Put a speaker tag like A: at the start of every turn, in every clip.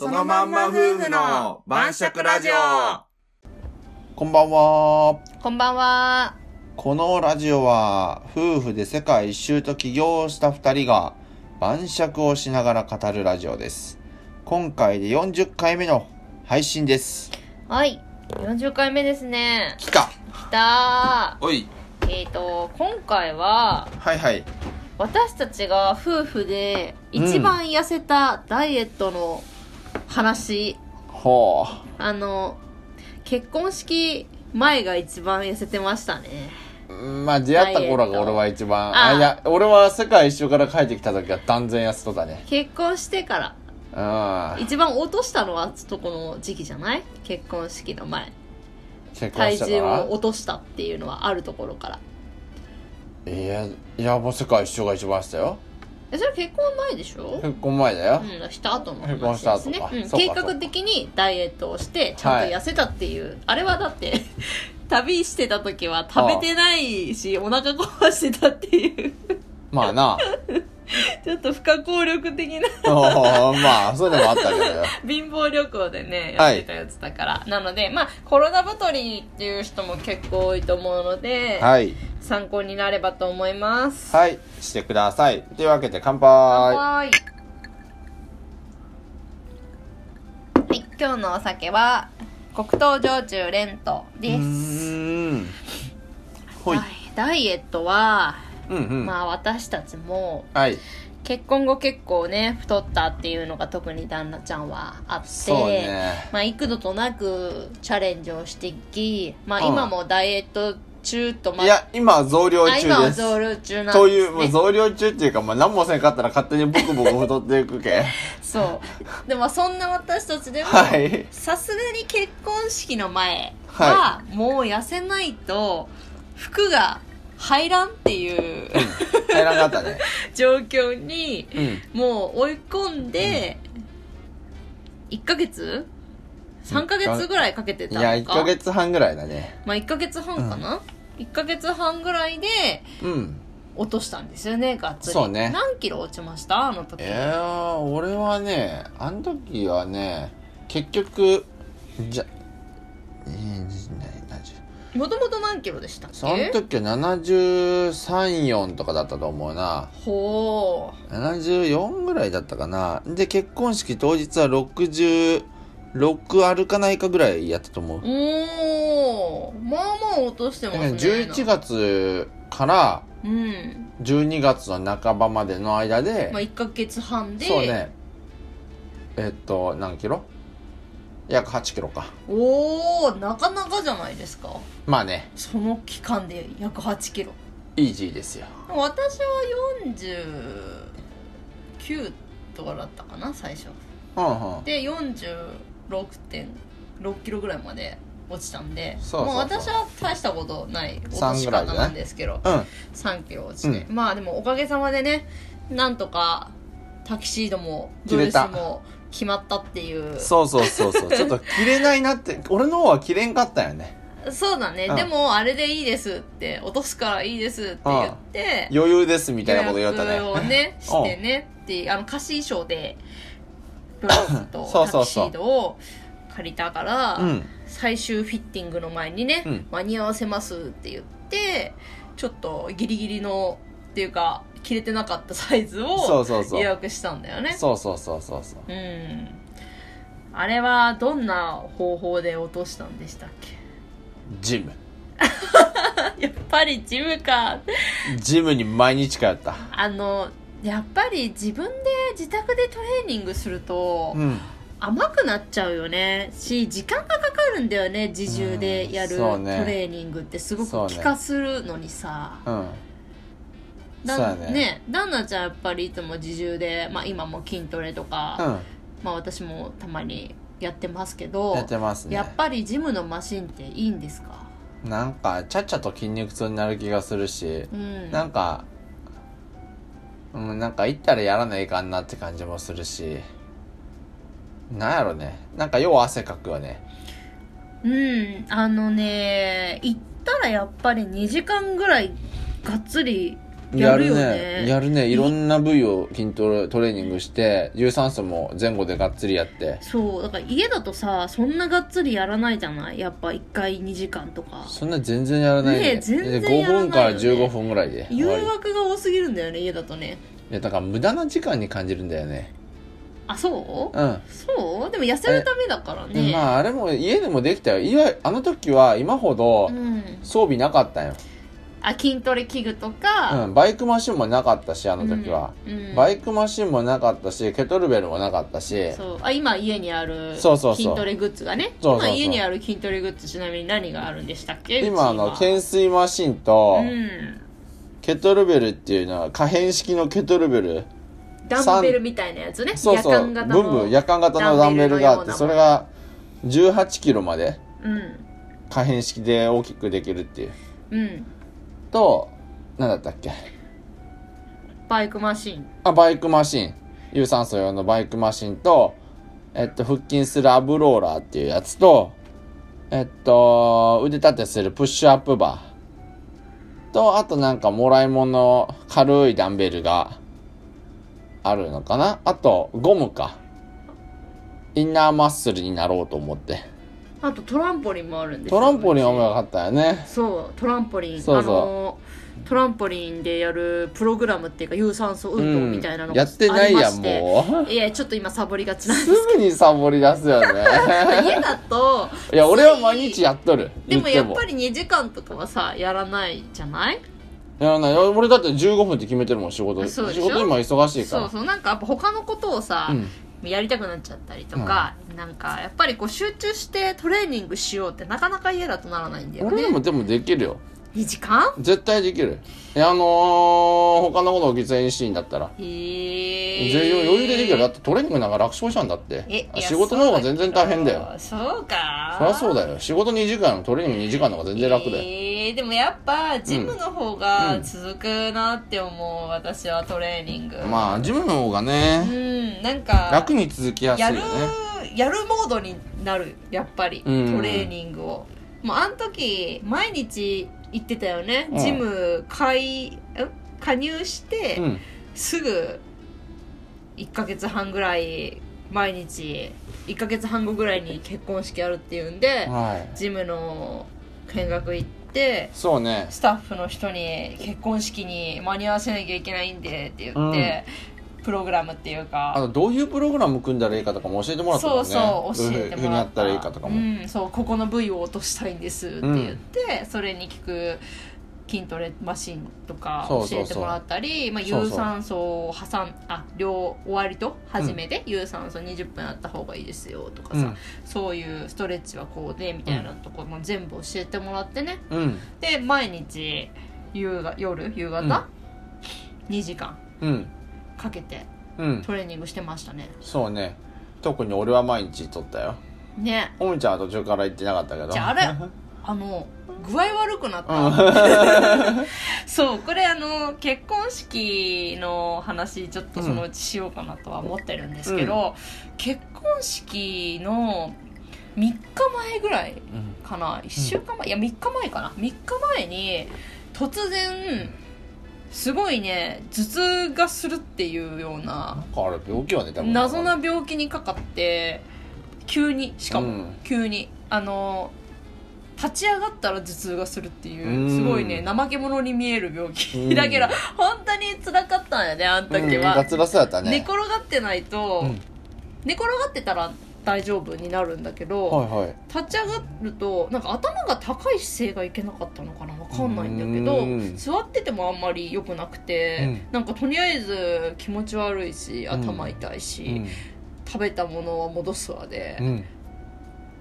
A: のまんま夫婦の晩酌ラジオ
B: こんばんは。
C: こんばんは。
B: このラジオは、夫婦で世界一周と起業した二人が、晩酌をしながら語るラジオです。今回で40回目の配信です。
C: はい。40回目ですね。
B: 来た
C: きた
B: おい
C: ー。えっ、ー、と、今回は、
B: はいはい。
C: 私たちが夫婦で一番痩せたダイエットの話、
B: ほ
C: あの、結婚式前が一番痩せてましたね。
B: う。まあ、出会った頃が俺は一番、あ
C: あ
B: いや、俺は世界一周から帰ってきた時は断然痩せとったね。
C: 結婚してから、
B: うん。
C: 一番落としたのはそこの時期じゃない結婚式の前。
B: 結婚
C: 体
B: した
C: 重
B: か
C: を落としたっていうのはあるところから。
B: らいや、いや、もう世界一周が一番痩せたよ。
C: え、それ結婚前でしょ
B: 結婚前だよ。
C: うん、した後の
B: 結婚
C: 話
B: した
C: で
B: 後
C: すね
B: か、
C: うん、
B: そう
C: 計
B: か
C: 画的にダイエットをしてちゃんと痩せたっていう、あれはだって 旅してた時は食べてないしお腹壊してたっていう
B: まあな。
C: ちょっと不可抗力的な
B: おーまあ、そういうのもあったけどよ。
C: 貧乏旅行でねやってたやつだから、なのでまあコロナ太りっていう人も結構多いと思うので、
B: はい。
C: 参考になればと思います
B: はい。してください。というわけで乾
C: は
B: 杯。
C: ーいはい今日のお酒は黒糖焼酎レント
B: う
C: で
B: ー
C: す
B: ん。ほい
C: ダイ。ダイエットは、
B: うんうん。
C: まあ私たちも
B: はい。
C: 結婚後結構ね太ったっていうのが特に旦那ちゃんはあって
B: そうね。
C: まあ幾度となくチャレンジをしていき、まあ、
B: うん
C: 今もダイエット中とま
B: いや、今は増量
C: あ今
B: 中
C: は
B: です。
C: 増量中なんです、ね、
B: という、もう増量中っていうか、まあ何もせんかったら勝手にボクボク太っていくけ。
C: そうでもそんな私たちでも
B: はい。
C: さすがに結婚式の前はもう痩せないと服が入らんっていう
B: 入らなかったね。
C: 状況に
B: うん。
C: もう追い込んで、1ヶ月 ?3 ヶ月ぐらいかけて
B: い
C: たの
B: や、
C: か
B: 1ヶ月半ぐらいだね。
C: まあ1ヶ月半かな、?1 ヶ月半ぐらいで
B: うん。
C: 落としたんですよね、がっつり。
B: そうね
C: 何キロ落ちましたあの時。
B: えー、俺はね、あの時はね、結局、じゃ、えー、何、何、
C: もともと何キロでしたっけ
B: その時は73、4とかだったと思うな。
C: ほ
B: 74ぐらいだったかな。で、結婚式当日は66歩かないかぐらいやったと思う
C: う。。おー。まあまあ落として
B: だ
C: ま
B: か
C: す
B: ら
C: ね。
B: 11月から
C: うん。
B: 12月の半ばまでの間で
C: まあ、1ヶ月半で。
B: そう。ね、えっと、何キロ約8キロか。
C: おー、なかなかじゃないですか。
B: まあね、
C: その期間で約8キロ。
B: イージーですよ。
C: 私は49とかだったかな、最初。
B: うんうん。
C: で、46.6キロぐらいまで落ちたんで、
B: そうそうそう
C: もう私は大したことない落と
B: 3
C: し
B: ぐらい
C: 方
B: じゃない
C: なんですけど、
B: うん。
C: 3キロ落ちて。まあでもおかげさまでね、なんとかタキシードも
B: 着
C: ドレ
B: れ
C: ス
B: た
C: も決まったっていう。
B: そうそうそう そう。ちょっと着れないなって、俺の方は着れんかったよね。
C: そうだね、
B: うん
C: でもあれでいいですって落とすからいいですって言って、
B: 余裕ですみ
C: 予
B: たいなこと言われたね。
C: 約をねしてねってあの貸し衣装でブラウス
B: そ
C: と
B: う
C: タ
B: そうそう
C: キシードを借りたから
B: うん。
C: 最終フィッティングの前にね、
B: うん
C: 間に合わせますって言ってちょっとギリギリのっていうか着れてなかったサイズ
B: そ
C: を
B: うそうそう
C: 予。約したんだよね
B: そうそうそうそうそう。
C: うんあれはどんな方法で落としたんでしたっけ
B: ジム。
C: やっぱりジムか。
B: ジムに毎日通った。
C: あの、やっぱり自分で自宅でトレーニングすると
B: うん。
C: 甘くなっちゃうよね。し、時間がかかるんだよね。自重でや
B: う
C: る
B: ん
C: ト
B: そうね
C: レーニングってすご
B: そう
C: く
B: ね
C: 気化するのにさ。
B: うん。
C: だ
B: そうやね
C: 旦那ちゃんやっぱりいつも自重で、まあ今も筋トレとか、
B: う
C: まあ私もたまにやってますけ
B: ん。
C: ど、
B: やってますね
C: や。っぱりジムのマシンっていいんですか
B: なんか、ちゃっちゃと筋肉痛になる気がするし、
C: うん。
B: なんか、うん、なんか行ったらやらないかんなって感じもするし、なんやろね。なんかよう汗かくよね。
C: うんあのね行ったらやっぱり2時間ぐらいがっつりやるよね
B: やるねいろんな部位を筋トレトレーニングして有酸素も前後でがっつりやって
C: そうだから家だとさそんながっつりやらないじゃないやっぱ1回2時間とか
B: そんな全然やらない
C: ねえ全然やらないよ
B: 5
C: ね
B: 分から15分ぐらいで終
C: 誘
B: わり
C: 惑が多すぎるんだよね家だとね
B: いやだから無駄な時間に感じるんだよね
C: あそう
B: うん
C: そうでも痩せるためだからね、
B: まああれも家でもできたよいわあの時は今ほど
C: うん、
B: 装備なかったんよ、
C: あ筋トレ器具とか、
B: うん、バイクマシンもなかったしあの時は、
C: うん
B: バイクマシンもなかったしケトルベルもなかったし
C: そうあ今家にある
B: そうそうそう
C: 筋トレグッズがね
B: そうそうそう
C: 今家にある筋トレグッズちなみに何があるんでしたっけ
B: 今あの
C: うち
B: 懸垂マシンと
C: うん
B: ケトルベルっていうのは可変式のケトルベル
C: ダンベルみたいなやつね
B: そうそう
C: 夜間
B: ブン
C: 型の
B: ブン夜間型のダンベルがあってそれが1 8キロまで
C: うん
B: 可変式で大きくできるっていう
C: うん
B: と何だったっけ
C: バイクマシン
B: あバイクマシン有酸素用のバイクマシンと、えっと、腹筋するアブローラーっていうやつと、えっと、腕立てするプッシュアップバーとあとなんかもらい物の軽いダンベルがあるのかなあとゴムかインナーマッスルになろうと思って
C: あとトランポリンもあるんですよ
B: トランポリンは面白かったよね
C: そうトランポリン
B: そうそう
C: あのトランポリンでやるプログラムっていうか有酸素運動みたいなの
B: うんやってないやん
C: ありまして
B: もう
C: いやちょっと今サボりがちなんです
B: す ぐにサボり出すよね
C: けど家だと
B: いや俺は毎日やっとる
C: でも
B: 言
C: やっぱり2時間とかはさやらないじゃない
B: いやないや俺だって15分って決めてるもん仕事
C: あ
B: 仕
C: そうでし
B: 事
C: ょ
B: 今忙しいか
C: そ
B: ら
C: うそうなんかやっぱ他のことをさ、
B: うん
C: やりたくなっちゃったりとか、なんかやっぱりこう集中してトレーニングしようってなかなか家だとならないんだよ
B: 俺
C: ね
B: でもでもできるよ
C: 2時間
B: 絶対できるいやあのー、他のことを犠牲にしいんだったら
C: へえ
B: 全然余裕でできるだってトレーニングなんか楽勝じゃんだって
C: えいや
B: 仕事の方が全然大変だよ
C: そうそうか
B: そりゃそうだよ仕事2時間トレーニング2時間の方が全然楽だよ
C: えーでもやっぱジムの方が
B: うん
C: 続くなって思う、私はトレーニング
B: まあジムの方が
C: う
B: ね
C: んなんか
B: 楽に続きやすい
C: や
B: よ
C: る
B: ね
C: やるモードになるやっぱり、
B: うん
C: トレーニングをもうあの時毎日行ってたよね、
B: うん
C: ジム会ん加入して、
B: うん
C: すぐ1ヶ月半ぐらい毎日1ヶ月半後ぐらいに結婚式やるっていうんで、
B: はい
C: ジムの見学行って
B: そうね
C: スタッフの人に結婚式に間に合わせなきゃいけないんでって言って、プログラムっていうか
B: あのどういうプログラム組んだらいいかとかも教えてもらったもんね
C: そうそう教えて
B: どういうふう
C: も
B: に
C: ら
B: や
C: っ
B: ったたらいいかとかも、
C: うん、そうここの部位を落としたいんですって言って、それに効く筋トレマシンとか
B: そう
C: 教
B: そうそう
C: えてもらったりまあ、
B: そうそう
C: 有酸素を挟んあ両終わりと始めて、有酸素20分あった方がいいですよとかさ、
B: うん
C: そういうストレッチはこうでみたいなところも全部教えてもらってね
B: うん
C: で毎日夕が夜夕方、2時間
B: うん
C: かけて
B: うん
C: トレーニングしてましたね
B: そうね特に俺は毎日撮ったよ
C: ね
B: おみちゃんは途中から行ってなかったけど
C: じゃああれあの具合悪くなった、 そうこれあの結婚式の話ちょっとそのうちしようかなとは思ってるんですけど、結婚式の3日前ぐらい
B: うん
C: かな1週間前、いや3日前かな3日前に突然すごいね頭痛がするっていうよう
B: なん
C: な
B: かあれ病気はね多分
C: 謎な病気にかかって急にしかも、
B: うん
C: 急にあの立ち上がったら頭痛がするっていううんすごいね怠け者に見える病
B: うん
C: 気 だけど本当に辛かったんやねあの時
B: うんガ
C: は、
B: ツラそうやった
C: 寝
B: ね
C: 転がってないと、
B: うん
C: 寝転がってたら大丈夫になるんだけど、
B: はいはい
C: 立ち上がるとなんか頭が高い姿勢がいけなかったのかなわかんないんだけ
B: う
C: ど
B: ん
C: 座っててもあんまり良くなくて、なんかとりあえず気持ち悪いし頭痛いし、食べたものは戻すわで、
B: うん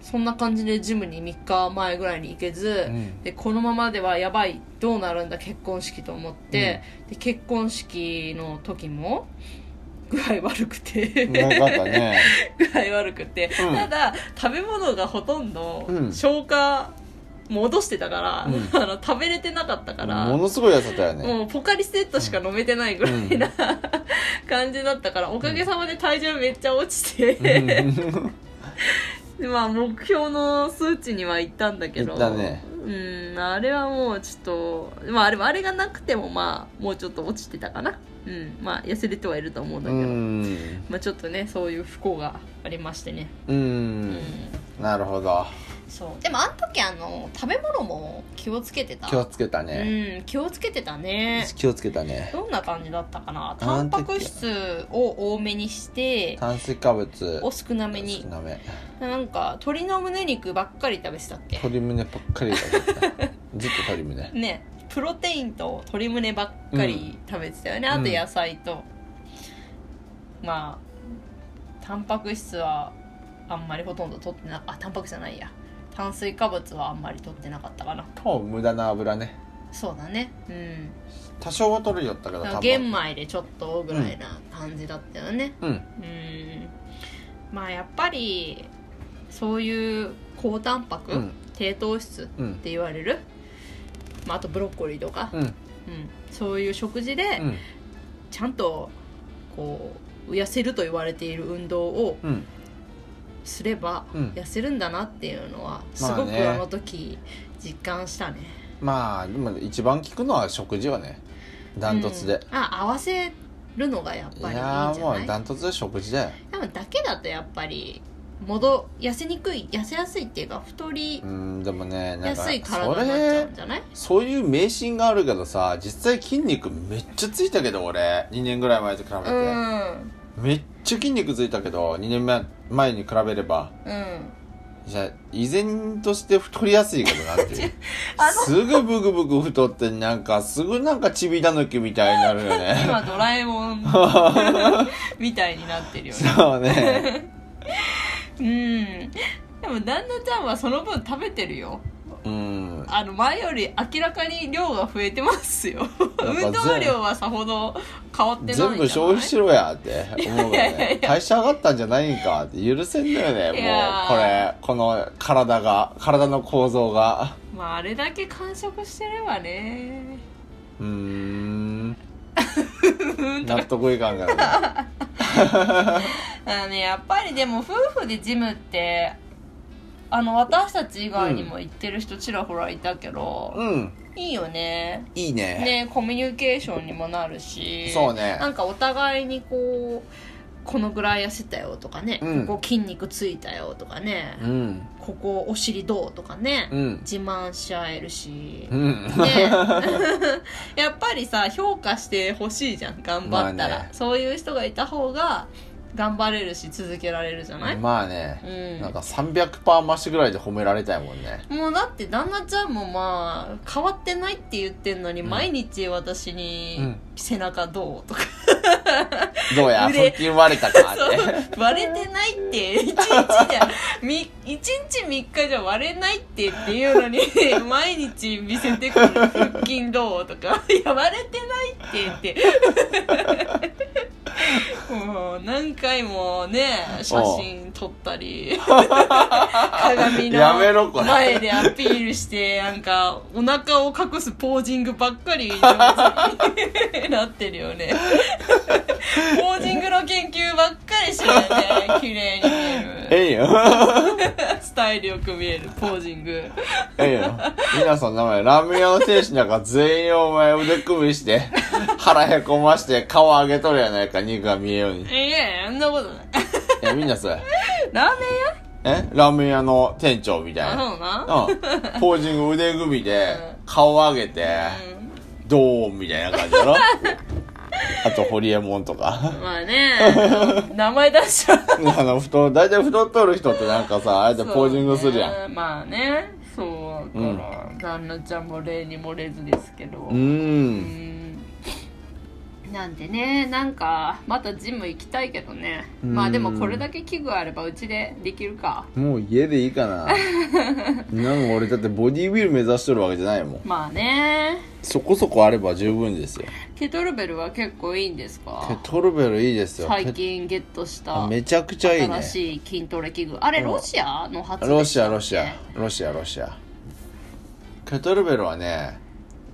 C: そんな感じでジムに3日前ぐらいに行けず、
B: うん
C: でこのままではやばいどうなるんだ結婚式と思って、で結婚式の時も具合悪くて
B: よかったね
C: 具合悪くて、
B: うん
C: ただ食べ物がほとんど
B: うん
C: 消化戻してたから、
B: う
C: あの食べれてなかったから、
B: ものすごいやつだったよね
C: もうポカリスエットしか飲めてないぐらいな、感じだったからおかげさまで体重めっちゃ落ちて、
B: うん
C: でまあ目標の数値には行ったんだけど
B: 行ったね
C: うんあれはもうちょっとまああれあれがなくてもまあもうちょっと落ちてたかなうんまあ痩せれてはいると思うんだ
B: う
C: けど、
B: ん
C: まあちょっとねそういう不幸がありましてね
B: うんなるほど
C: そうでもあの時あの食べ物も気をつけてた
B: 気をつけたね、
C: うん気をつけてたね
B: 気をつけたね
C: どんな感じだったかな
B: あ
C: タ
B: の
C: ン
B: 時は
C: パク質を多めにして
B: 炭水化物
C: お少なめに
B: 少なめ
C: なんか鶏の胸肉ばっかり食べてたっけ
B: 鶏胸ばっかり食べてた ずっと鶏胸
C: ねプロテインと鶏胸ばっかり食べてたよね、
B: うん
C: あと野菜と、まあタンパク質はあんまりほとんど取ってなあタンパク質じゃないや炭水化物はあんまり取ってなかったかな
B: と無駄な油ね
C: そうだねうん
B: 多少は取るよったけど
C: だ
B: 多
C: から
B: 分
C: 玄米でちょっとぐらいな感じだったよね
B: うん
C: うんまあやっぱりそういう高タンパク、
B: うん
C: 低糖質っ
B: うん
C: て言われる、まあ、あとブロッコリーとか、
B: うん
C: うん、そういう食事で
B: うん
C: ちゃんとこう痩せると言われている運動を
B: うん
C: すれば
B: うん
C: 痩せるんだなっていうのはす
B: まあ
C: ご
B: ね
C: くあの時実感したね,、
B: まあでも一番効くのは食事はねダントツで、
C: うんあ合わせるのがやっ
B: い
C: ぱりいいんじ
B: やー
C: ゃ
B: も
C: な
B: う
C: い
B: ダントツで食事だよ
C: 多分だけだとやっぱり戻痩せにくい痩せやすいっていうか太り
B: うんでもねなん
C: や
B: か
C: すい体
B: そ
C: になっちゃ
B: れ
C: うんじゃない
B: そういう迷信があるけどさ実際筋肉めっちゃついたけど俺2年ぐらい前と比べて、
C: うん
B: めっちゃ筋肉ついたけど2年前前に比べれば
C: うん
B: じゃあ依然として太りやすいけどなっていう
C: あの
B: すぐブクブク太ってなんかすぐなんかちびだぬきみたいになるよね
C: 今ドラえも んみたいになってるよね
B: そう ね
C: うんでも旦那ちゃんはその分食べてるよ
B: うん
C: あの前より明らかに量が増えてますよ
B: なんか全
C: 運動量はさほど変わってないんじゃな
B: 全
C: い
B: 部消費しろやって思う
C: い
B: よ
C: やいやい
B: ね代謝上がったんじゃないんかって許せんだよね
C: い
B: もう
C: やー
B: これこの体が体の構造が
C: まああれだけ完食してればね
B: うー ん
C: うん
B: 納得いかんからね
C: あのねやっぱりでも夫婦でジムってあの私たち以外にも行ってる人ちらほらいたけど、
B: うん
C: いいよね
B: いいね
C: ねコミュニケーションにもなるし
B: そうね
C: なんかお互いにこうこのぐらい痩せたよとかね、
B: うん
C: ここ筋肉ついたよとかね、
B: うん
C: ここお尻どうとかね、
B: うん
C: 自慢し合えるし
B: う、ん
C: ね やっぱりさ評価してほしいじゃん頑張ったら、
B: まあね
C: そういう人がいた方が頑張れるし続けられるじゃない、
B: まあね
C: うん
B: なんか300%増しぐらいで褒められたいもんね
C: もうだって旦那ちゃんもまあ変わってないって言ってんのに、
B: ん
C: 毎日私
B: う
C: に
B: ん
C: 「背中どう?」とか、
B: どう や
C: 腕
B: 腹筋割れたか
C: そ
B: っ
C: う
B: て
C: 割れてないって一日じゃみ一日3日じゃ割れないってっていうのに毎日見せてくる腹筋どうとかいや割れてないってってもう何回もね写真撮ったり鏡
B: やめろ
C: の
B: これ
C: 前でアピールしてなんかお腹を隠すポージングばっかり上手に なってるよね。ポージングの研究ばっかりしてるね綺麗に見える
B: ええよ
C: スタイルよく見えるポージング
B: ええよ皆さん名前ラーメン屋の店主なんか全員お前腕組みして腹へこまして顔上げとるやないか肉が見えんように
C: いやいやそんなことない
B: えみんなそれ
C: ラーメン屋
B: えラーメン屋の店長みたい
C: あ
B: な
C: そうな
B: うん、ポージング腕組みで
C: う
B: 顔上げて、どうみたいな感じだろあとホリエモンとか
C: うんまあね 名前出しちゃう
B: あの太大体太っとる人ってなんかさあえてポージングするやんう,、
C: そうねまあねそうだから、旦那ちゃんも例に漏れずですけど
B: ー
C: うんんなんでねなんかまたジム行きたいけどね
B: うん
C: まあでもこれだけ器具あればうちでできるか
B: もう家でいいか ななんか俺だってボディービル目指しとるわけじゃないもん
C: まあね
B: そこそこあれば十分ですよ
C: ケトルベルは結構いいんです
B: ケ
C: か
B: トルベルいいですよ
C: 最近ゲットし
B: ケ
C: た
B: めちゃくちゃいいね
C: 新しい筋トレ器具あれ
B: うん
C: ロシアの発
B: ロシアロシアロシアロシアケトルベルはね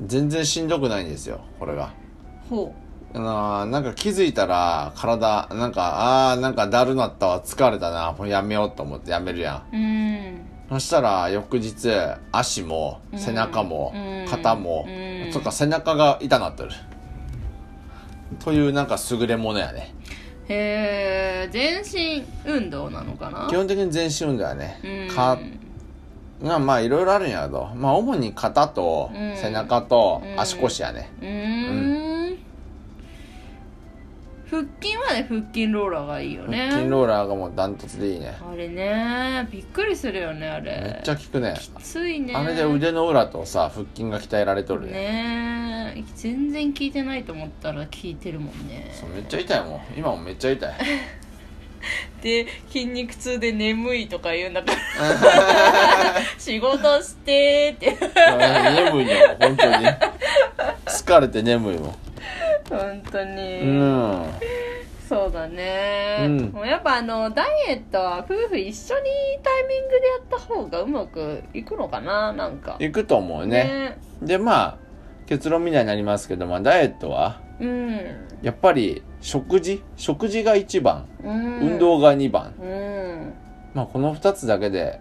B: 全然しんどくないんですよこれが
C: ほ
B: あのーなんか気づいたら体なんかあーなんかだるなったわ疲れたなもうやめようと思ってやめるやん
C: ううん
B: そしたら翌日足も
C: うん
B: 背中も
C: うん
B: 肩も
C: うん
B: とか背中が痛なってるというなんか優れものやね
C: へえ全身運動なのかな
B: 基本的に全身運動やね
C: うん
B: かまあまあいろいろあるんやけどまあ主に肩と
C: うん
B: 背中と
C: うん
B: 足腰やね
C: うーん腹筋はね腹筋ローラーがいいよね
B: 腹筋ローラーがもうダントツでいいね
C: あれねびっくりするよねあれ
B: めっちゃ効くね
C: きついね
B: あれで腕の裏とさ腹筋が鍛えられとるね
C: ねえ全然効いてないと思ったら効いてるもんね
B: そうめっちゃ痛いもん今もめっちゃ痛い
C: で筋肉痛で眠いとか言うんだから 仕事してって
B: 眠いよ本当に疲れて眠いもん
C: 本当に、
B: うん
C: そうだね、
B: うん
C: もうやっぱあのダイエットは夫婦一緒にタイミングでやった方がうまくいくのかななんか
B: 行くと思うねでまあ結論みたいになりますけど、まあ、ダイエットは
C: ねうん、
B: やっぱり食事食事が1番、
C: うん、
B: 運動が2番、
C: うん
B: まあ、この2つだけで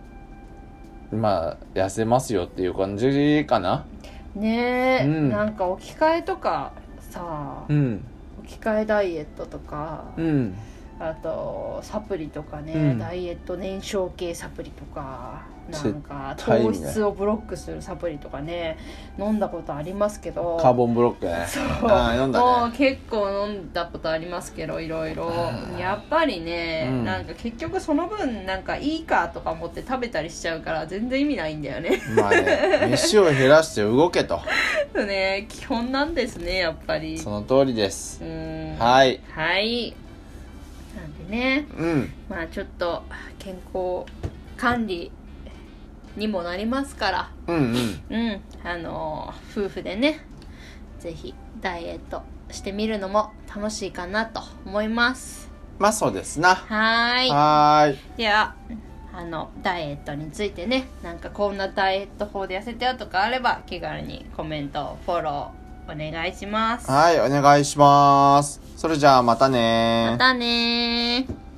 B: まあ痩せますよっていう感じかな
C: ねえ、
B: うん
C: なんか置き換えとかさ、
B: うん
C: 置き換えダイエットとか、
B: うん
C: あとサプリとかね、
B: うん
C: ダイエット燃焼系サプリとかなんか
B: 絶対ね
C: 糖質をブロックするサプリとかね飲んだことありますけど
B: カーボンブロックね
C: そう
B: ああ飲んだ
C: もう
B: ね
C: 結構飲んだことありますけどいろいろ
B: うん
C: やっぱりね、
B: うん
C: なんか結局その分なんかいいかとか思って食べたりしちゃうから全然意味ないんだよね
B: まあね飯を減らして動けと
C: そうね基本なんですねやっぱり
B: その通りです
C: うん
B: はい
C: はいなんでね
B: うん
C: まあちょっと健康管理にもなりますから
B: うんうん
C: うんあの夫婦でねぜひダイエットしてみるのも楽しいかなと思います
B: まあそうですな
C: はーい
B: はーい
C: ではあのダイエットについてねなんかこんなダイエット法で痩せたよとかあれば気軽にコメントフォローお願いしますま
B: はいお願いしますそれじゃあまたね
C: たねー